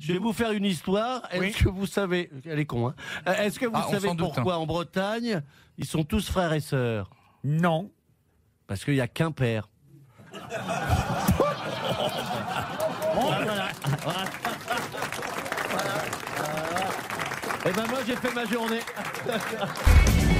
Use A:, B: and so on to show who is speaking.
A: Je vais vous faire une histoire. Est-ce
B: Oui.
A: que vous savez. Elle est con, hein. Euh, Est-ce que vous
B: Ah, on
A: savez
B: s'en doute,
A: pourquoi en Bretagne, ils sont tous frères et sœurs
B: Non.
A: Parce qu'il n'y a qu'un père. Eh ben moi j'ai fait ma journée.